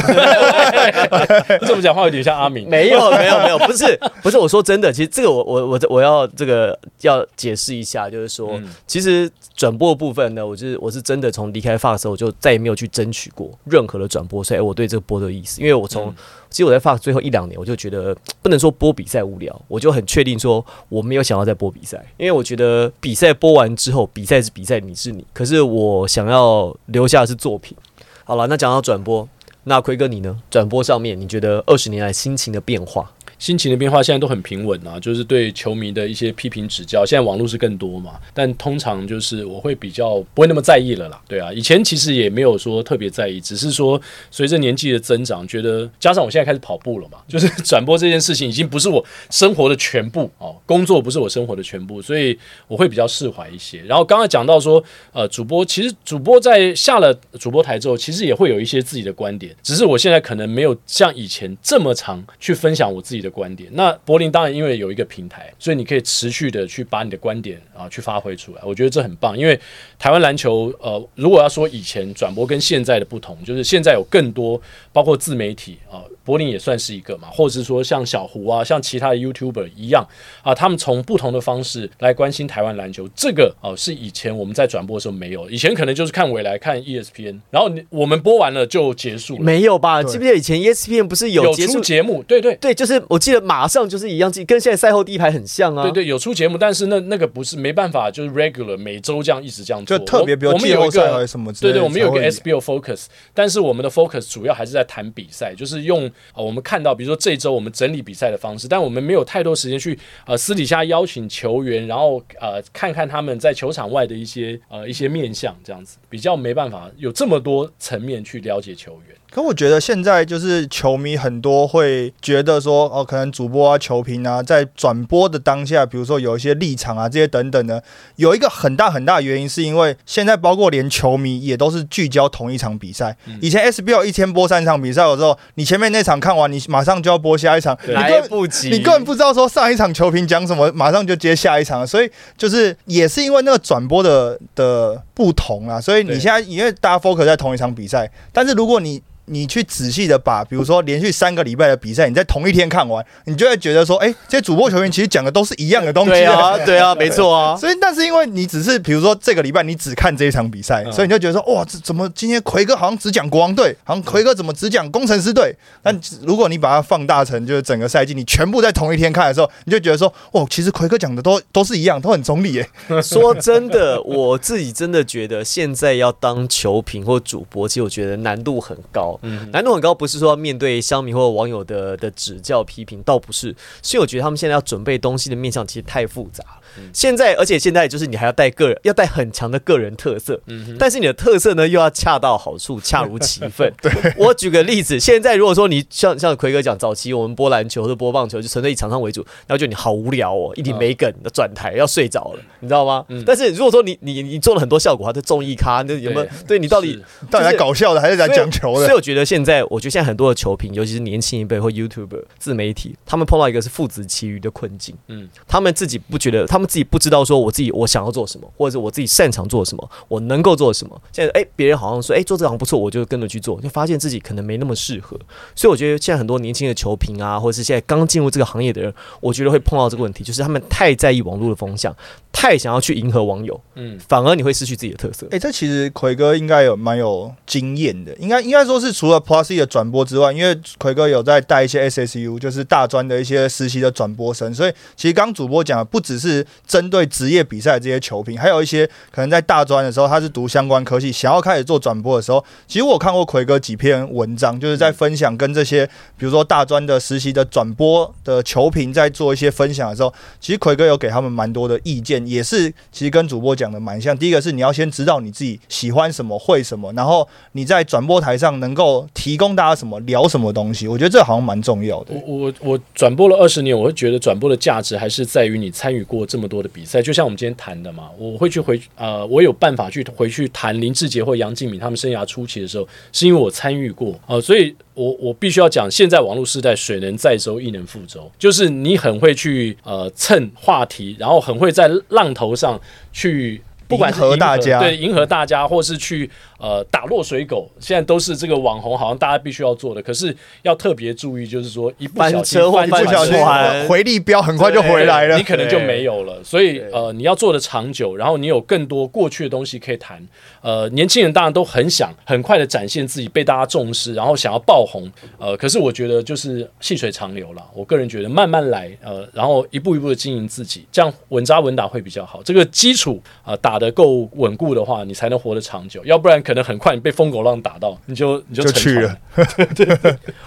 A: 你怎么讲话有点像阿明？
C: 没 有没有没有，不是不是，我说真的，其实这个我我我我要这个要解释一下，就是说，
A: 嗯
C: 其实转播的部分呢，我就是我是真的从离开 Fox 后我就再也没有去争取过任何的转播，所以哎我对这个播的意思，因为我从、
A: 嗯
C: 其实我在 Fox 最后一两年，我就觉得不能说播比赛无聊，我就很确定说我没有想要再播比赛，因为我觉得比赛播完之后，比赛是比赛，你是你，可是我想要留下的是作品。好了，那讲到转播。那奎哥你呢？转播上面，你觉得二十年来心情的变化？
A: 心情的变化现在都很平稳啊，就是对球迷的一些批评指教，现在网络是更多嘛，但通常就是我会比较不会那么在意了啦，对啊，以前其实也没有说特别在意，只是说随着年纪的增长，觉得加上我现在开始跑步了嘛， 就是转播这件事情已经不是我生活的全部哦，工作不是我生活的全部，所以我会比较释怀一些。然后刚才讲到说，呃，主播其实主播在下了主播台之后，其实也会有一些自己的观点，只是我现在可能没有像以前这么长去分享我自己的观点。那柏林当然因为有一个平台，所以你可以持续的去把你的观点啊去发挥出来，我觉得这很棒。因为台湾篮球，呃，如果要说以前转播跟现在的不同，就是现在有更多包括自媒体啊、柏林也算是一个嘛，或者是说像小胡啊，像其他的 YouTuber 一样啊，他们从不同的方式来关心台湾篮球，这个哦、是以前我们在转播的时候没有，以前可能就是看未来看 E ESPN，然后你我们播完了就结束了，
C: 没有吧？记不记得以前 E ESPN 不是有结
A: 出
C: 束？
A: 节目，对对。
C: 对，就是我记得马上就是一样，跟现在赛后第一排很像啊。
A: 对对，有出节目，但是那那个不是没办法，就是 regular 每周这样一直这样做。
B: 就特别比如
A: 我们
B: 季
A: 有
B: 后
A: 一
B: 赛
A: 个
B: 还是什么之
A: 对
B: 类的
A: 对，我们有
B: 才
A: 个
B: 会
A: SBO focus，但是我们的 focus 主要还是在谈比赛，就是用、呃、我们看到，比如说这周我们整理比赛的方式，但我们没有太多时间去呃私底下邀请球员，然后呃看看他们在球场外的一些呃一些面相，这样子比较没办法有这么多层面去了解球员。
B: 可我觉得现在就是球迷很多会觉得说，哦，可能主播啊、球评啊，在转播的当下，比如说有一些立场啊这些等等的，有一个很大很大的原因，是因为现在包括连球迷也都是聚焦同一场比赛。
A: 嗯
B: 以前 SBL 一天播三场比赛的时候，你前面那场看完，你马上就要播下一场，你
A: 对
B: 根
C: 来
B: 本
C: 不及，
B: 你根本不知道说上一场球评讲什么，马上就接下一场了，所以就是也是因为那个转播的的不同啦，所以你
A: 对
B: 现在因为大家 focus 在同一场比赛，但是如果你你去仔细的把，比如说连续三个礼拜的比赛，你在同一天看完，你就会觉得说，哎、这些主播球员其实讲的都是一样的东西
C: 对啊，对啊，没 错啊，
B: 所以，但是因为你只是比如说这个礼拜你只看这一场比赛，
A: 嗯
B: 所以你就觉得说，哇，这怎么今天奎哥好像只讲国王队，好像奎哥怎么只讲工程师队？但如果你把它放大成就是整个赛季，你全部在同一天看的时候，你就觉得说，哇，其实奎哥讲的都都是一样，都很中立耶。
C: 说真的，我自己真的觉得现在要当球评或主播，其实我觉得难度很高。
A: 嗯
C: 难度很高，不是说要面对乡民或网友的的指教批评，倒不是，是因为我觉得他们现在要准备东西的面向其实太复杂了。现在，而且现在就是你还要带个人，要带很强的个人特色，但是你的特色呢又要恰到好处，恰如其分。 对，我举个例子，现在如果说你像像奎哥讲，早期我们播篮球或者播棒球，就纯粹以场上为主，然后就你好无聊哦，一点没梗，转台要睡着了，你知道吗？但是如果说你你你做了很多效果，它的综艺咖，那有没有？对你到底
B: 到底在搞笑的还是在讲球
C: 所以
B: 的？
C: 我觉得现在，我觉得现在很多的球评，尤其是年轻一辈或 YouTuber 自媒体，他们碰到一个是父子其余的困境。
A: 嗯
C: 他们自己不觉得，他们自己不知道说我自己我想要做什么，或者是我自己擅长做什么，我能够做什么。现在哎，别人好像说哎做这行不错，我就跟着去做，就发现自己可能没那么适合。所以我觉得现在很多年轻的球评啊，或者是现在刚进入这个行业的人，我觉得会碰到这个问题，就是他们太在意网络的风向，太想要去迎合网友，
A: 嗯，
C: 反而你会失去自己的特色。
B: 哎、这其实奎哥应该有蛮有经验的，应该应该说是除了 Plus E 的转播之外，因为奎哥有在带一些 SSU，就是大专的一些实习的转播生，所以其实刚主播讲的不只是针对职业比赛这些球评，还有一些可能在大专的时候他是读相关科系，想要开始做转播的时候，其实我有看过奎哥几篇文章，就是在分享跟这些比如说大专的实习的转播的球评在做一些分享的时候，其实奎哥有给他们蛮多的意见，也是其实跟主播讲的蛮像。第一个是你要先知道你自己喜欢什么、会什么，然后你在转播台上能够提供大家什么、聊什么东西，我觉得这好像蛮重要的。
A: 我我我转播了二十年，我会觉得转播的价值还是在于你参与过这么多的比赛。就像我们今天谈的嘛，我会去回呃，我有办法去回去谈林志杰或杨敬敏他们生涯初期的时候，是因为我参与过啊、呃所以我我必须要讲，现在网络时代，水能载舟，亦能覆舟，就是你很会去呃蹭话题，然后很会在浪头上去。不管是
B: 迎合大家
A: 对迎合大家，或是去呃打落水狗，现在都是这个网红，好像大家必须要做的。可是要特别注意，就是说一不
C: 翻
A: 小心
C: 车或
A: 翻
B: 不
C: 翻
B: 小
A: 船
B: 心
A: 的话
C: 船
B: 回力镖很快就回来了
A: 你。可能就没有了。所以呃，你要做的长久，然后你有更多过去的东西可以谈。呃，年轻人当然都很想很快的展现自己，被大家重视，然后想要爆红。呃，可是我觉得就是细水长流啦。我个人觉得慢慢来，呃，然后一步一步的经营自己，这样稳扎稳打会比较好。这个基础啊、呃打得够稳固的话，你才能活得长久。要不然可能很快你被疯狗浪打到，你就你就
B: 就
A: 沉
B: 去
A: 船
B: 了。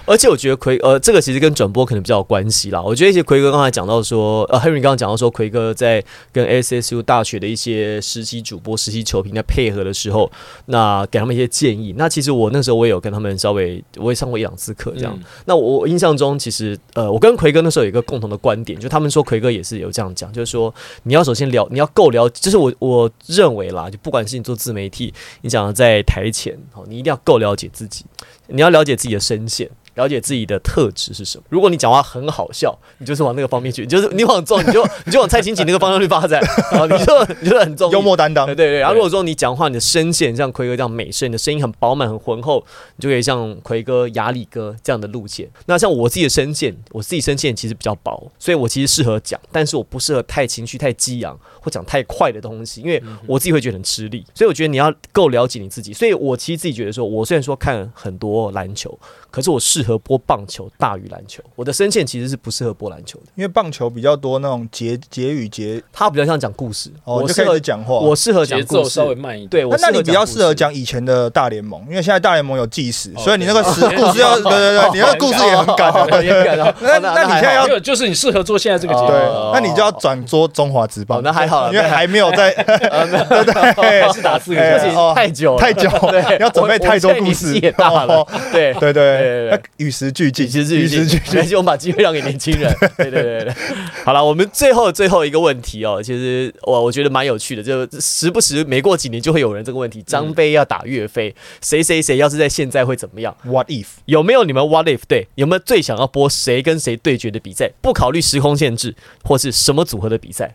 C: 而且我觉得奎呃，这个其实跟转播可能比较有关系啦。我觉得一些奎哥刚才讲到说，呃，Henry 刚刚讲到说，奎哥在跟 SSU 大学的一些实习主播、实习球评在配合的时候，那给他们一些建议。那其实我那时候我也有跟他们稍微，我也上过一两次课这样。
A: 嗯
C: 那我我印象中，其实呃，我跟奎哥那时候有一个共同的观点，就他们说奎哥也是有这样讲，就是说你要首先了，你要够了解，就是我我认为啦，就不管是你做自媒体，你讲的在台前，哦，你一定要够了解自己，你要了解自己的声线。了解自己的特质是什么。如果你讲话很好笑，你就是往那个方面去，你就是你往重，你就你就往蔡琴琴那个方向去发展， 啊，你就你就很重
B: 幽默担当
C: 对，对对，然后如果说你讲话，你的声线像奎哥这样美声，你的声音很饱满、很浑厚，你就可以像奎哥、雅里哥这样的路线。那像我自己的声线，我自己声线其实比较薄，所以我其实适合讲，但是我不适合太情绪太激昂或讲太快的东西，因为我自己会觉得很吃力。所以我觉得你要够了解你自己。所以我其实自己觉得说，我虽然说看很多篮球，可是我适合播棒球大于篮球。我的深陷其实是不适合播篮球的，
B: 因为棒球比较多那种结结语结，
C: 它比较像讲故事。
B: 哦，
C: 我
B: 就
C: 适
B: 开
C: 合
B: 始讲话。
C: 我适合
A: 节
C: 讲
A: 奏
C: 故
A: 稍微
C: 事。
A: 慢一点。
C: 对，我
B: 那那你比较
C: 讲故
B: 适合讲以前的大联盟，因为现在大联盟有计时，
A: 哦
B: 所以你那个时
A: 对
B: 故事要对对对，你那个故事也很赶
C: 哦
B: 啊。
C: 好严格哦
B: 那
C: 哦
B: 那你现在
C: 还
B: 要
C: 好
A: 没有，就是你适合做现在这个节目。
B: 对，那你就要转做中华职
C: 哦
B: 棒，
C: 那还好啦
B: 因为还没有在对对对，
A: 是打四个
B: 哎
A: 字
C: 不行
B: 哦
C: 太久了
B: 太久，
C: 对
B: 要准备太多故
C: 我我现在年纪
B: 事
C: 也，大了
B: 哦
C: 对
B: 对对，
C: 对对
B: 要与时俱进，
C: 其实
B: 与时俱
C: 是
B: 进。
C: 没关系，我们把机会让给年轻人。对对对对，好了，我们最后最后一个问题哦，其实我我觉得蛮有趣的，就时不时没过几年就会有人这个问题：张飞要打岳飞，谁谁谁要是在现在会怎么样？
B: What if？
C: 有没有你们 What If 对？有没有最想要播谁跟谁对决的比赛？不考虑时空限制或是什么组合的比赛？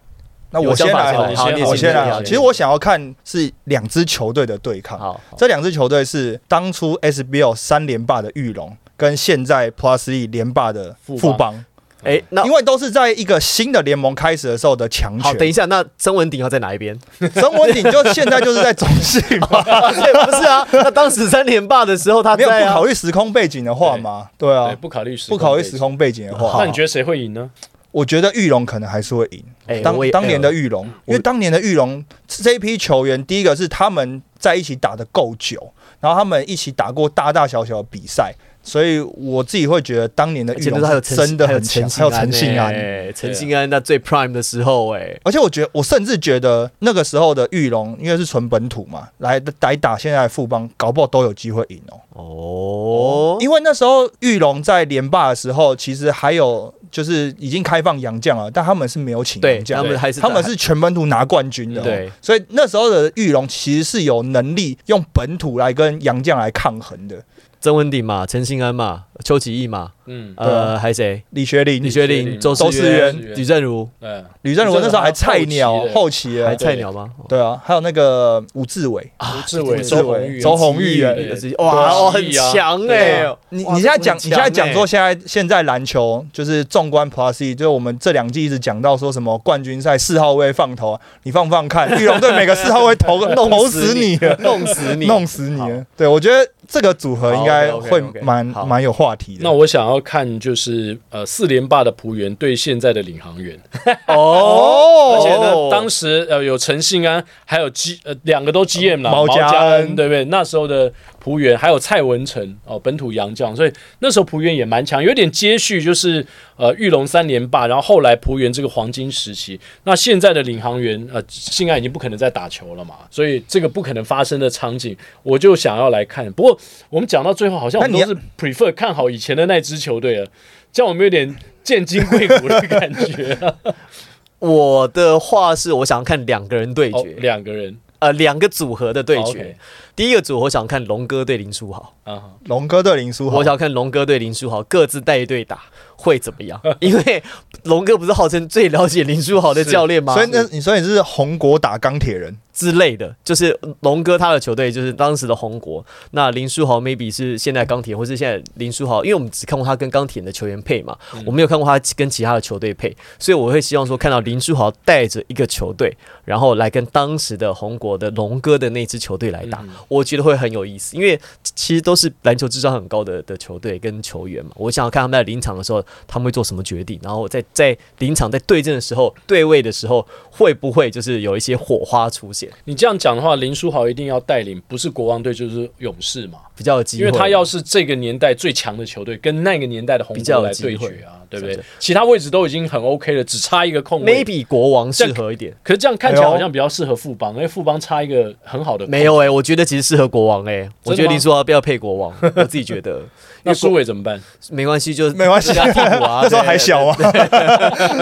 B: 那
C: 有
B: 我先
C: 想法
B: 来
A: 先来
B: 好
A: 好你
B: 了，我
A: 先
B: 先
A: 你
B: 来
A: 先
B: 好了。
A: 你
B: 其实我想要看是两支球队的对抗。
C: 好，好
B: 这两支球队是当初 SBL 三连霸的玉龙，跟现在 Plus E 连霸的
A: 富
B: 富
A: 邦
B: 邦，
C: 哎、那
B: 因为都是在一个新的联盟开始的时候的强
C: 好，等一
B: 权。
C: 下，那曾文鼎要在哪一边？
B: 曾文鼎就现在就是在中信嘛，
C: 对，不是啊，那当时三连霸的时候他
B: 没有
C: 在
B: 不
C: 啊
B: 考。虑时空背景的话嘛，对啊
A: 对，，不考虑时
B: 不考虑时空背景的
A: 背景。
B: 话
A: 那你，觉得谁会赢呢？
B: 我觉得玉龙可能还是会赢。
C: 哎
B: 当
C: 我也
B: 当年的玉龙，因为当年的玉龙这一批球员，第一个是他们在一起打的够久，然后他们一起打过大大小小的比赛，所以我自己会觉得当年的玉
C: 前面还有
B: 龙
C: 陈
B: 真的很
C: 陈
B: 强，
C: 信
B: 还有陈信安。
C: 哎陈信安那最 prime 的时候，哎，
B: 而且我觉得，我甚至觉得那个时候的玉龙，因为是纯本土嘛，来来打现在的富邦，搞不好都有机会赢哦。
C: 哦，
B: 因为那时候玉龙在连霸的时候，其实还有就是已经开放洋将了，但他们是没有请
C: 对
B: 洋
C: 他
B: 将，
C: 们还是
B: 他们是全本土拿冠军的、
C: 对，
B: 所以那时候的玉龙其实是有能力用本土来跟洋将来抗衡的。
C: 曾文鼎嘛，陈信安嘛，邱启义嘛，
A: 嗯，
B: 对啊
C: 呃，还谁？
B: 李学林
C: 李、学
A: 李学
C: 林、
A: 林
C: 周
B: 周
C: 世
B: 世
C: 渊、
A: 渊
C: 吕振如，
A: 嗯，
B: 吕振儒那时候还菜鸟
A: 吕振儒
B: 后期
C: 还
B: 了，
C: 菜鸟吗？
B: 对啊，还有那个吴志伟，
A: 吴志伟、
B: 吴志
A: 啊周鸿
B: 伟
A: 祎、
B: 周鸿祎
A: 对
B: 哎
A: 对对
C: 哇，
A: 周
C: 哦，
A: 鸿
C: 很
A: 祎啊
C: 强
A: 对
C: 哎
A: 啊！
B: 你
C: 哇
B: 你现在
C: 这个
B: 讲
C: 很，
B: 你现在
C: 强
B: 讲
C: 哎
B: 说现在现在篮球就是纵观 Plus E，就是我们这两季一直讲到说什么冠军赛四号位放投啊，你放放 看，玉龙队每个四号位投
C: 弄
B: 投
C: 死
B: 死
C: 你
B: 你了，
C: 弄 死你，
B: 弄死你
C: 好
B: 了。对，我觉得这个组合应该
C: 好，OK，OK，OK，
B: 会蛮
C: 好
B: 蛮有话题的。
A: 那我想要看就是呃四连霸的浦原对现在的领航员，
C: 哦！
B: 哦，
A: 而且呢
C: 哦，
A: 当时呃有陈信安，还有 G 呃两个都 GM 啦，
B: 毛
A: 家
B: 家
A: 恩
B: 恩
A: 对不对？那时候的浦原还有蔡文成哦，本土洋将，所以那时候浦原也蛮强，有点接续就是呃玉龙三连霸，然后后来浦原这个黄金时期。那现在的领航员呃信安已经不可能再打球了嘛，所以这个不可能发生的场景，我就想要来看。不过我们讲到最后，好像我们
B: 那
A: 都
B: 你
A: 是 prefer 看好以前的那支球队了，这样我们有点见金贵骨的感 觉。
C: 我的话是，我想看两个人对
A: 哦，
C: 决，
A: 两个人
C: 呃，两个组合的对
A: 哦
C: 决
A: ，OK。
C: 第一个组合，我想看龙哥对林书豪。
A: 啊哈。
B: 龙哥对林书豪
C: 我，想看龙哥对林书豪各自带一队打会怎 么样，因为龙哥不是号称最了解林书豪的教练吗？
B: 所以那你说你是红国打钢铁人，
C: 之类的，就是龙哥他的球队就是当时的红国，那林书豪 maybe 是现在钢铁，或是现在林书豪，因为我们只看过他跟钢铁的球员配嘛，我没有看过他跟其他的球队配，所以我会希望说看到林书豪带着一个球队，然后来跟当时的红国的龙哥的那支球队来打，
A: 嗯
C: 我觉得会很有意思，因为其实都是篮球智商很高的的球队跟球员嘛，我想要看他们在临场的时候他们会做什么决定，然后在在临场在对阵的时候对位的时候会不会就是有一些火花出现。
A: 你这样讲的话，林书豪一定要带领，不是国王队就是勇士嘛，
C: 比较有机会，
A: 因为他要是这个年代最强的球队跟那个年代的红
C: 比较
A: 国
C: 有
A: 来
C: 机
A: 对
C: 会
A: 决啊，对不
C: 是
A: 对
C: 是？
A: 其他位置都已经很 OK 了，只差一个控卫。
C: maybe 国王适合一点。
A: 可是这样看起来
B: 哎呦
A: 好像比较适合富邦，因为富邦差一个很好的控卫
C: 没有。哎、我觉得其实适合国王哎、我觉得
A: 吗
C: 林书豪不要配国王， 我自己觉得
A: 那苏伟怎么办？
C: 没关系，就是
B: 没关系
C: 就打替补啊，
B: 那时候还
C: 对
B: 小啊，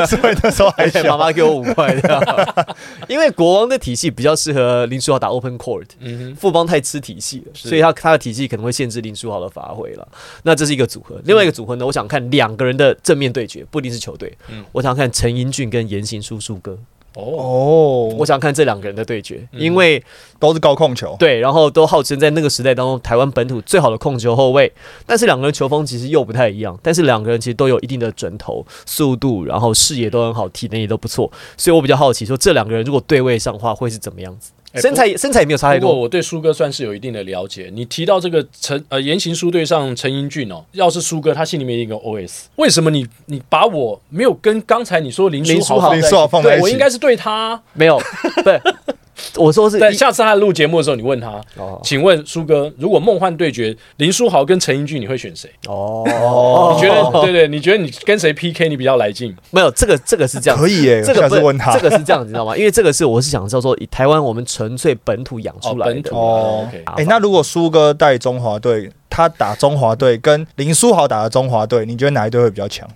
B: 所以那时候还
C: 对
B: 小
C: 妈。妈给我五块的， 因为国王的体系比较适合林书豪打 open court，
A: 嗯
C: 富邦太吃体系了，
A: 是
C: 所以他他的体系可能会限制林书豪的发挥了。那这是一个组合，另外一个组合呢，我想看两个人的正面对决，不一定是球队，
A: 嗯
C: 我想看陈英俊跟言行书书哥，
A: 哼，哦，
B: 哦
C: 我，想看这两个人的对决，
A: 嗯
C: 因为
B: 都是高控球，
C: 对，然后都号称在那个时代当中台湾本土最好的控球后卫，但是两个人球风其实又不太一样，但是两个人其实都有一定的准头、速度，然后视野都很好，体能也都不错，所以我比较好奇说这两个人如果对位上的话会是怎么样子？
A: 哎
C: 身材身材也没有差太
A: 不过
C: 多。
A: 我对苏哥算是有一定的了解。你提到这个陈呃言行书对上陈英俊哦，要是苏哥他心里面一个 OS，为什么你你把我没有跟刚才你说林
C: 林
A: 书
C: 书
A: 放
C: 豪
A: 在
B: 林书豪放在
A: 对
B: 一起
A: 我应该是对他。
C: 没有，不，我说是
A: 在
C: 一
A: 下次他录节目的时候，你问他，
C: 哦
A: 请问苏哥，如果梦幻对决林书豪跟陈英俊，你会选谁？
C: 哦，
A: 你觉得对对，你觉得你跟谁 PK 你比较来劲？
C: 没有这个这个是这样，
B: 可以耶，
C: 这
B: 我
C: 个
B: 下
C: 不
B: 次问他
C: 这个是这样，你知道吗？因为这个是我是想叫做以台湾我们纯粹本土养
A: 哦，
C: 出来
A: 本
C: 的
A: 土。
B: 哦
A: OK，
C: 打法
B: 哎、那如果苏哥带中华队，他打中华队跟林书豪打的中华队，你觉得哪一队会比较强？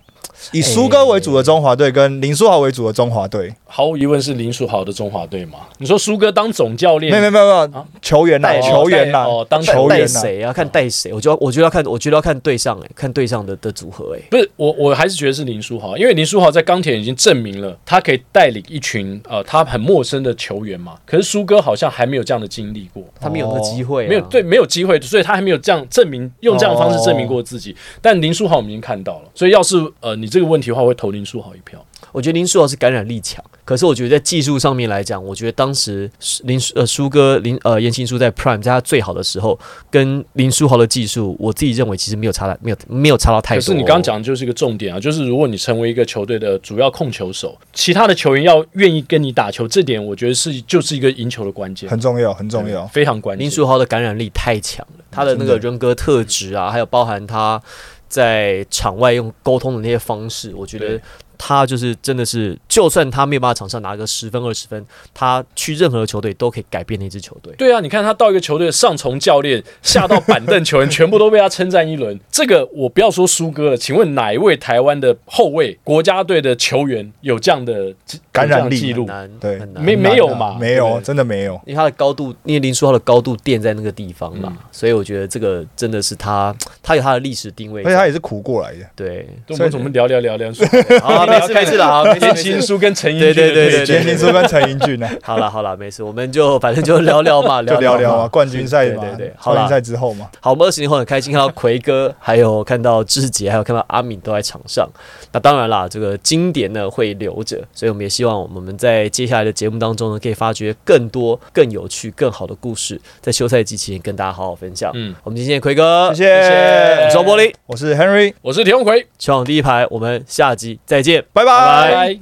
B: 以苏哥为主的中华队跟林书豪为主的中华队，
A: 毫无疑问是林书豪的中华队嘛？你说苏哥当总教练，
B: 没有没有没有没
A: 啊
B: 有，球员呐，
A: 带
B: 球员呐
A: 带哦，当
B: 球
C: 嗯带
B: 员呐，
C: 谁啊？看带谁，我就要我就要看，我觉得要看对上哎、看对上的的组合哎、
A: 不是我，我还是觉得是林书豪，因为林书豪在钢铁已经证明了他可以带领一群呃他很陌生的球员嘛。可是苏哥好像还没有这样的经历过，
C: 他们有那个机会、啊
A: 哦没有对，没有机会，所以他还没有这样证明用这样的方式证明过自己。但林书豪我们已经看到了，所以要是呃你这个问题的话，我会投林书豪一票。
C: 我觉得林书豪是感染力强，可是我觉得在技术上面来讲，我觉得当时林呃舒哥林呃严庆书在 Prime 在他最好的时候，跟林书豪的技术，我自己认为其实没有差到没有没有差到太
A: 可
C: 多。
A: 是你刚刚，讲的就是一个重点啊，就是如果你成为一个球队的主要控球手，其他的球员要愿意跟你打球，这点我觉得是就是一个赢球的关键，
B: 很重要，很重要。
A: 非常关键。
C: 林书豪的感染力太强了，他的那个人格特质啊，还有包含他在场外用沟通的那些方式，我觉得
A: 对
C: 他就是真的是，就算他没有办法场上拿个十分二十分，他去任何球队都可以改变那支球队。
A: 对啊，你看他到一个球队，上从教练下到板凳 球员，全部都被他称赞一轮。这个我不要说苏哥了，请问哪一位台湾的后卫、国家队的球员有这样的记
B: 感
A: 有这样
B: 染力
A: 的记
C: 很
A: 录？
C: 难，
B: 对
C: 很难啊
A: 没没有嘛
B: 嘛？没有，
A: 对
B: 真的没有。
C: 因为他的高度，因为林书豪的高度垫在那个地方嘛，所以我觉得这个真的是他，他有他的历史定位
B: 而且。哎他也是苦过来的，
C: 对，
A: 对我
B: 所以
A: 们怎么聊聊聊聊？
C: 好，啊没事没事了，好， 没事
A: 林
C: 没
A: 心
C: 事。
A: 书跟陈英
C: 对
A: 俊
C: 对
A: 的
C: 对对
A: 对
B: 今天林书跟陈英俊呢，啊
C: 好了好了，没事，我们就反正就聊 聊 嘛，
B: 就聊聊
C: 聊
B: 啊，
C: 嘛。
B: 冠军赛
C: 对
B: 嘛
C: 对对，好啦
B: 冠军赛之后嘛，
C: 好，我们二十年后很开心看到奎哥，还有看到志杰，还有看到阿敏都在场上。那当然啦，这个经典呢会留着，所以我们也希望我们在接下来的节目当中呢，可以发掘更多、更有趣、更好的故事，在休赛季期间跟大家好好分享。
A: 嗯，
C: 我们今天谢谢奎哥，
B: 谢
C: 我
B: 谢
C: 是周玻璃。
B: 我是 Henry，
A: 我是田永奎，
C: 全网第一排，我们下集再见。
B: 拜
C: 拜
B: 拜
A: 拜。